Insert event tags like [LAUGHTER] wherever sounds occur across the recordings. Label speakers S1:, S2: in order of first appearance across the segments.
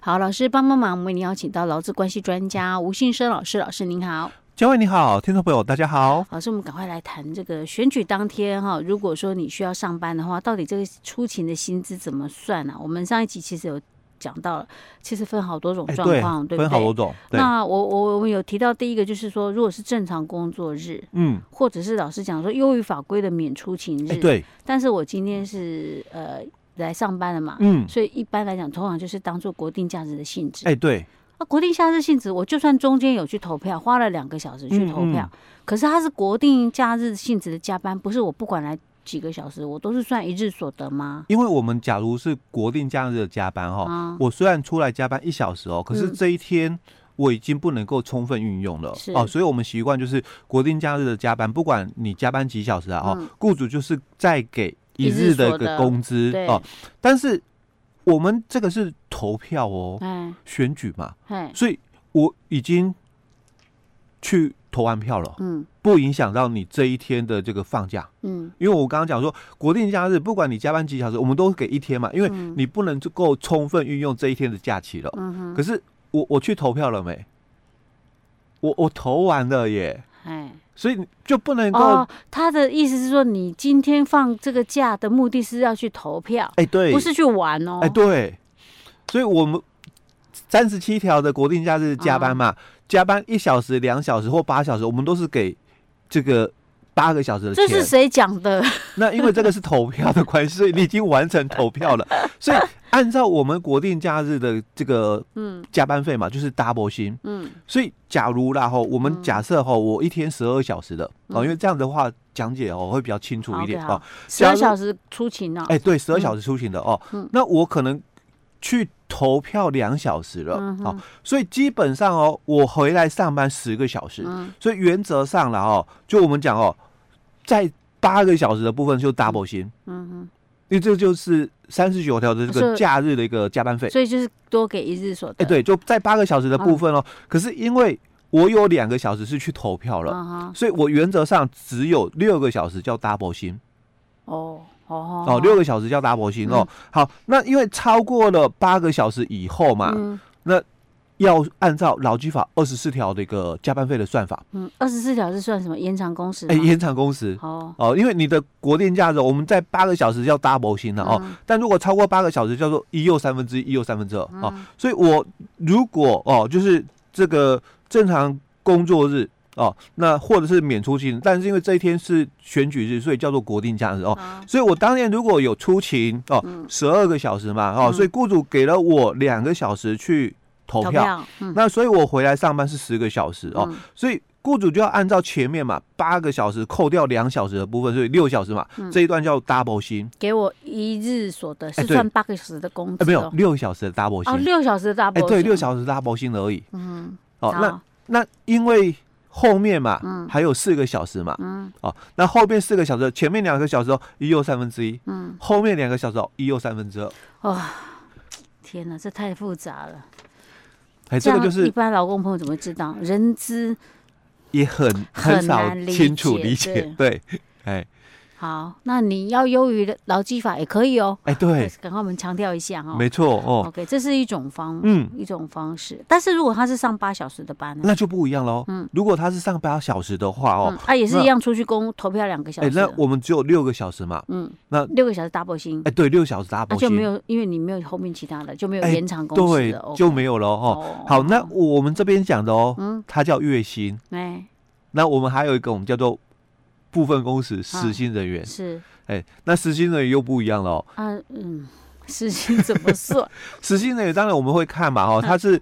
S1: 好，老师帮帮忙，我们为您邀请到劳资关系专家吴信生老师，老师您好。
S2: 嘉惠你好，听众朋友大家好。
S1: 老师，我们赶快来谈这个选举当天哈，如果说你需要上班的话，到底这个出勤的薪资怎么算啊呢、我们上一集其实有讲到了，其实分好多种状
S2: 哎对
S1: 况，，对
S2: 分
S1: 不
S2: 好
S1: 对？
S2: 多种。对，
S1: 那我我我们有提到第一个就是说，如果是正常工作日，
S2: 嗯，
S1: 或者是老师讲说优于法规的免出勤日，
S2: 哎，。对，
S1: 但是我今天是呃来上班了嘛，
S2: 嗯，
S1: 所以一般来讲，通常就是当做国定假日的性质。
S2: 哎，对，
S1: 那国定假日性质，我就算中间有去投票，花了两个小时去投票，
S2: 嗯
S1: 可是它是国定假日性质的加班，不是我不管来几个小时，我都是算一日所得吗？
S2: 因为我们假如是国定假日的加班哈，
S1: 啊，
S2: 我虽然出来加班一小时哦，可是
S1: 嗯
S2: 这一天。我已经不能够充分运用了
S1: 是
S2: 哦，所以我们习惯就是国定假日的加班，不管你加班几小时啊，
S1: 嗯
S2: 哦，雇主就是再给
S1: 一
S2: 一
S1: 日
S2: 日的
S1: 所
S2: 一
S1: 得
S2: 个工资
S1: 对
S2: 哦。但是我们这个是投票哦，
S1: 哎
S2: 选举嘛，
S1: 哎，
S2: 所以我已经去投完票了，
S1: 嗯
S2: 不影响到你这一天的这个放假。
S1: 嗯，
S2: 因为我刚刚讲说，国定假日不管你加班几小时，我们都给一天嘛，因为
S1: 嗯
S2: 你不能够充分运用这一天的假期了。
S1: 嗯哼，
S2: 可是我我去投票了没？我我投完了耶，
S1: 哎，
S2: 所以就不能够
S1: 哦，他的意思是说，你今天放这个假的目的是要去投票，
S2: 哎、对，
S1: 不是去玩哦。
S2: 哎、对，所以我们三十七条的国定假日加班嘛，
S1: 嗯
S2: 加班一小时、两小时或八小时，我们都是给这个八个小时的
S1: 这是
S2: 钱。
S1: 谁讲的？ [LAUGHS]
S2: 那因为这个是投票的关系，所以你已经完成投票了。所以按照我们国定假日的这个
S1: 嗯
S2: 加班费嘛，就是 double 薪。
S1: 嗯
S2: 所以假如啦吼，我
S1: 嗯
S2: 们假设吼，我一天十二小时的哦，
S1: 嗯
S2: 因为这样的话讲解哦会比较清楚一点
S1: 好，OK，
S2: 哦
S1: 好。十二
S2: 假如
S1: 小时出勤呢、
S2: 哎、对，十二
S1: 嗯
S2: 小时出行的哦。
S1: 嗯
S2: 那我可能去投票两小时了，
S1: 嗯哼
S2: 哦，所以基本上哦，我回来上班十个小时，
S1: 嗯
S2: 所以原则上了哦，就我们讲哦，在八个小时的部分就 double 薪，
S1: 嗯
S2: 因为这就是三十九条的这
S1: 所以
S2: 个假日的一个加班费
S1: 哼，。所以就是多给一日所得。
S2: 哎、对，就在八个小时的部分哦。可是因为我有两个小时是去投票了，
S1: 嗯哼，
S2: 所以我原则上只有六个小时叫 double 薪。
S1: 哦哦嗯
S2: 哦，六个小时叫 double 薪哦。好，那因为超过了八个小时以后嘛，
S1: 嗯
S2: 要按照劳基法二十四条的一个加班费的算法，
S1: 嗯，二十四小时算什么延长工时吗？
S2: 哎、延长工时。
S1: 哦
S2: 哦，因为你的国定假日，我们在八个小时叫 double 薪了哦，
S1: 嗯
S2: 但如果超过八个小时，叫做一又三分之一，一又三分之二
S1: 嗯
S2: 哦。所以我如果哦，就是这个正常工作日哦，那或者是免出勤，但是因为这一天是选举日，所以叫做国定假日哦。
S1: 啊
S2: 所以我当年如果有出勤哦
S1: 嗯，
S2: 十二个小时嘛哦，
S1: 嗯
S2: 所以雇主给了我两个小时去投
S1: 投
S2: 票，
S1: 票，嗯
S2: 那所以我回来上班是十个小时哦，
S1: 嗯
S2: 所以雇主就要按照前面嘛八个小时扣掉两小时的部分，所以六小时嘛
S1: 嗯，
S2: 这一段叫 double 薪，
S1: 给我一日所得是
S2: 哎对
S1: 算八个小时的工资、
S2: 哎
S1: 哦
S2: 没有六小时的 double
S1: 哦，
S2: 薪，
S1: 六小时的大
S2: 哎
S1: 波。
S2: 对，六小时的 double 薪而已
S1: 嗯
S2: 哦，那
S1: 好
S2: 那因为后面嘛
S1: 嗯
S2: 还有四个小时嘛
S1: 嗯
S2: 哦，那后面四个小时，前面两个小时哦一又三分之一，
S1: 嗯，
S2: 后面两个小时哦一又三分之二，
S1: 哇、天哪，这太复杂了。
S2: 哎这个
S1: 样
S2: 就是
S1: 一般劳工朋友怎么会知道？人资
S2: 也很
S1: 很
S2: 很少
S1: 难理
S2: 清楚
S1: 解
S2: 理解，对，哎
S1: 好，那你要优于劳基法也可以哦。
S2: 哎对，，
S1: 赶快我们强调一下哦。
S2: 没错哦，
S1: OK，这是一种方、
S2: 嗯，
S1: 一种方式，但是如果他是上八小时的班呢，
S2: 那就不一样喽。
S1: 嗯
S2: 如果他是上八小时的话
S1: 嗯
S2: 哦，，
S1: 他也是
S2: 那
S1: 一样出去工投票两个小
S2: 哎
S1: 时，，
S2: 那我们只有六个小时嘛，
S1: 嗯，
S2: 那
S1: 六个小时 double 薪，
S2: 哎，对，六小时 double
S1: 那啊就没
S2: 薪，
S1: 有，因为你没有后面其他的，就没有
S2: 哎
S1: 延长工时
S2: 对
S1: 了，，
S2: 就没有了哦。
S1: 哦
S2: 好，那我们这边讲的哦，
S1: 嗯，
S2: 它叫月薪。
S1: 哎，
S2: 那我们还有一个我们叫做部分工时实薪人员，
S1: 嗯是
S2: 哎，那实薪人员又不一样了哦。
S1: 啊，嗯，事情怎么算？
S2: 实薪人员当然我们会看嘛，哦，他是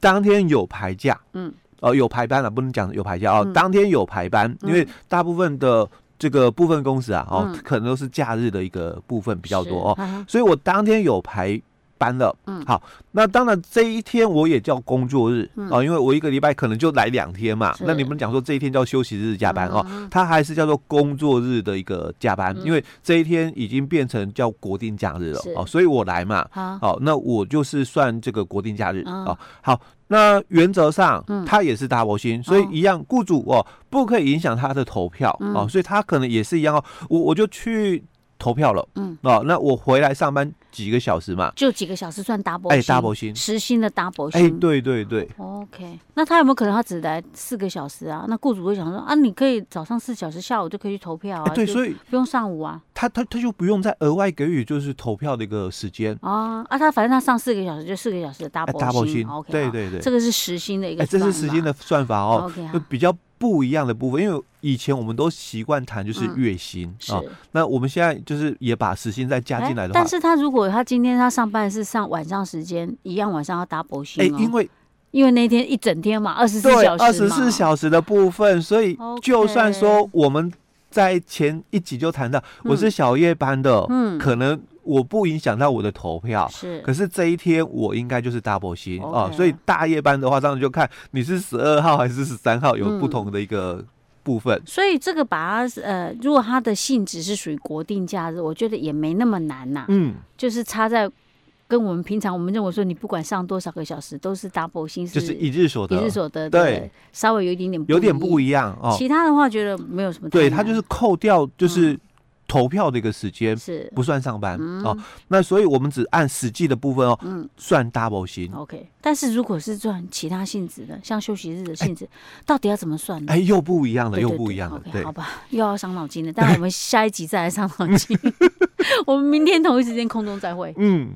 S2: 当天有排假，
S1: 嗯，
S2: 哦，有排班了，不能讲有排假哦
S1: 嗯，
S2: 当天有排班，因为
S1: 嗯
S2: 大部分的这个部分工时啊，哦
S1: 嗯，
S2: 可能都是假日的一个部分 [LAUGHS] 比较多哦，
S1: 哦，
S2: 所以我当天有排班了。
S1: 嗯
S2: 好，那当然这一天我也叫工作日
S1: 嗯
S2: 哦，因为我一个礼拜可能就来两天嘛，
S1: 是
S2: 那你们讲说这一天叫休息日加班哦。
S1: 嗯，
S2: 它还是叫做工作日的一个加班，
S1: 嗯
S2: 因为这一天已经变成叫国定假日了
S1: 是
S2: 哦，所以我来嘛，
S1: 好，
S2: 好，那我就是算这个国定假日
S1: 嗯
S2: 啊、哦。好，那原则上
S1: 嗯
S2: 它也是 double 薪，所以
S1: 哦
S2: 一样，雇主哦不可以影响他的投票、
S1: 嗯
S2: 哦，所以他可能也是一样哦。我我就去投票了，
S1: 嗯，
S2: 哦，那我回来上班几个小时嘛，
S1: 就几个小时算 double，
S2: 哎
S1: 薪
S2: ，double 薪，
S1: 时薪的 double 薪。
S2: 哎，对对对，
S1: OK，那他有没有可能他只来四个小时啊？那雇主会想说啊，你可以早上四小时，下午就可以去投票啊，
S2: 哎对，
S1: 以
S2: 所以
S1: 不用上午啊。
S2: 他他他就不用再额外给予就是投票的一个时间，
S1: 啊啊，他反正他上四个小时就四个小时的
S2: 哎
S1: double
S2: ，double
S1: 薪
S2: 薪
S1: ，OK，，
S2: 对
S1: 好
S2: 对对，
S1: 这个是时薪的一个
S2: 哎，这
S1: 算法，
S2: 是时间的算法哦，
S1: OK
S2: 就
S1: 好，
S2: 比较不一样的部分，因为以前我们都习惯谈就是
S1: 嗯
S2: 月薪
S1: 是
S2: 啊，那我们现在就是也把时薪再加
S1: 哎
S2: 进来的话
S1: 但，是他如果他今天他上班是上晚上时间，一样晚上要 double 薪
S2: 哎，
S1: 哦，
S2: 因为
S1: 因为那天一整天嘛，二十四
S2: 对
S1: 小时，
S2: 二十四，小时的部分，所以
S1: OK
S2: 就算说我们在前一集就谈到我是小夜班的，
S1: 嗯，
S2: 可能我不影响到我的投票。
S1: 是，
S2: 可是这一天我应该就是 double 薪啊，
S1: OK
S2: 所以大夜班的话，当然就看你是十二号还是十三号，有不
S1: 嗯
S2: 同的一个部分。
S1: 所以这个把它呃，如果它的性质是属于国定假日，我觉得也没那么难呐、
S2: 嗯，
S1: 就是差在跟我们平常我们认为说，你不管上多少个小时，都是 double 薪，
S2: 就是一日所
S1: 也
S2: 得
S1: 是，所得
S2: 对
S1: 的，稍微有一点点
S2: 有点不
S1: 一
S2: 一样哦。
S1: 其他的话，觉得没有什么太
S2: 对，
S1: 难。
S2: 它就是扣掉
S1: 嗯
S2: 就是投票的一个时间，
S1: 是
S2: 不算上班
S1: 嗯
S2: 哦。那所以我们只按实际的部分哦，
S1: 嗯
S2: 算 double 薪。
S1: OK，但是如果是算其他性质的，像休息日的性质，到底要怎么算呢？
S2: 哎，又不一样了，
S1: 对
S2: 又
S1: 对
S2: 不
S1: 对
S2: 一样了，
S1: OK，
S2: 对
S1: 好，吧，又要伤脑 [LAUGHS]
S2: [LAUGHS]
S1: 筋了。但我们下一集再来伤脑筋。我们明天同一时间空中再会。
S2: 嗯。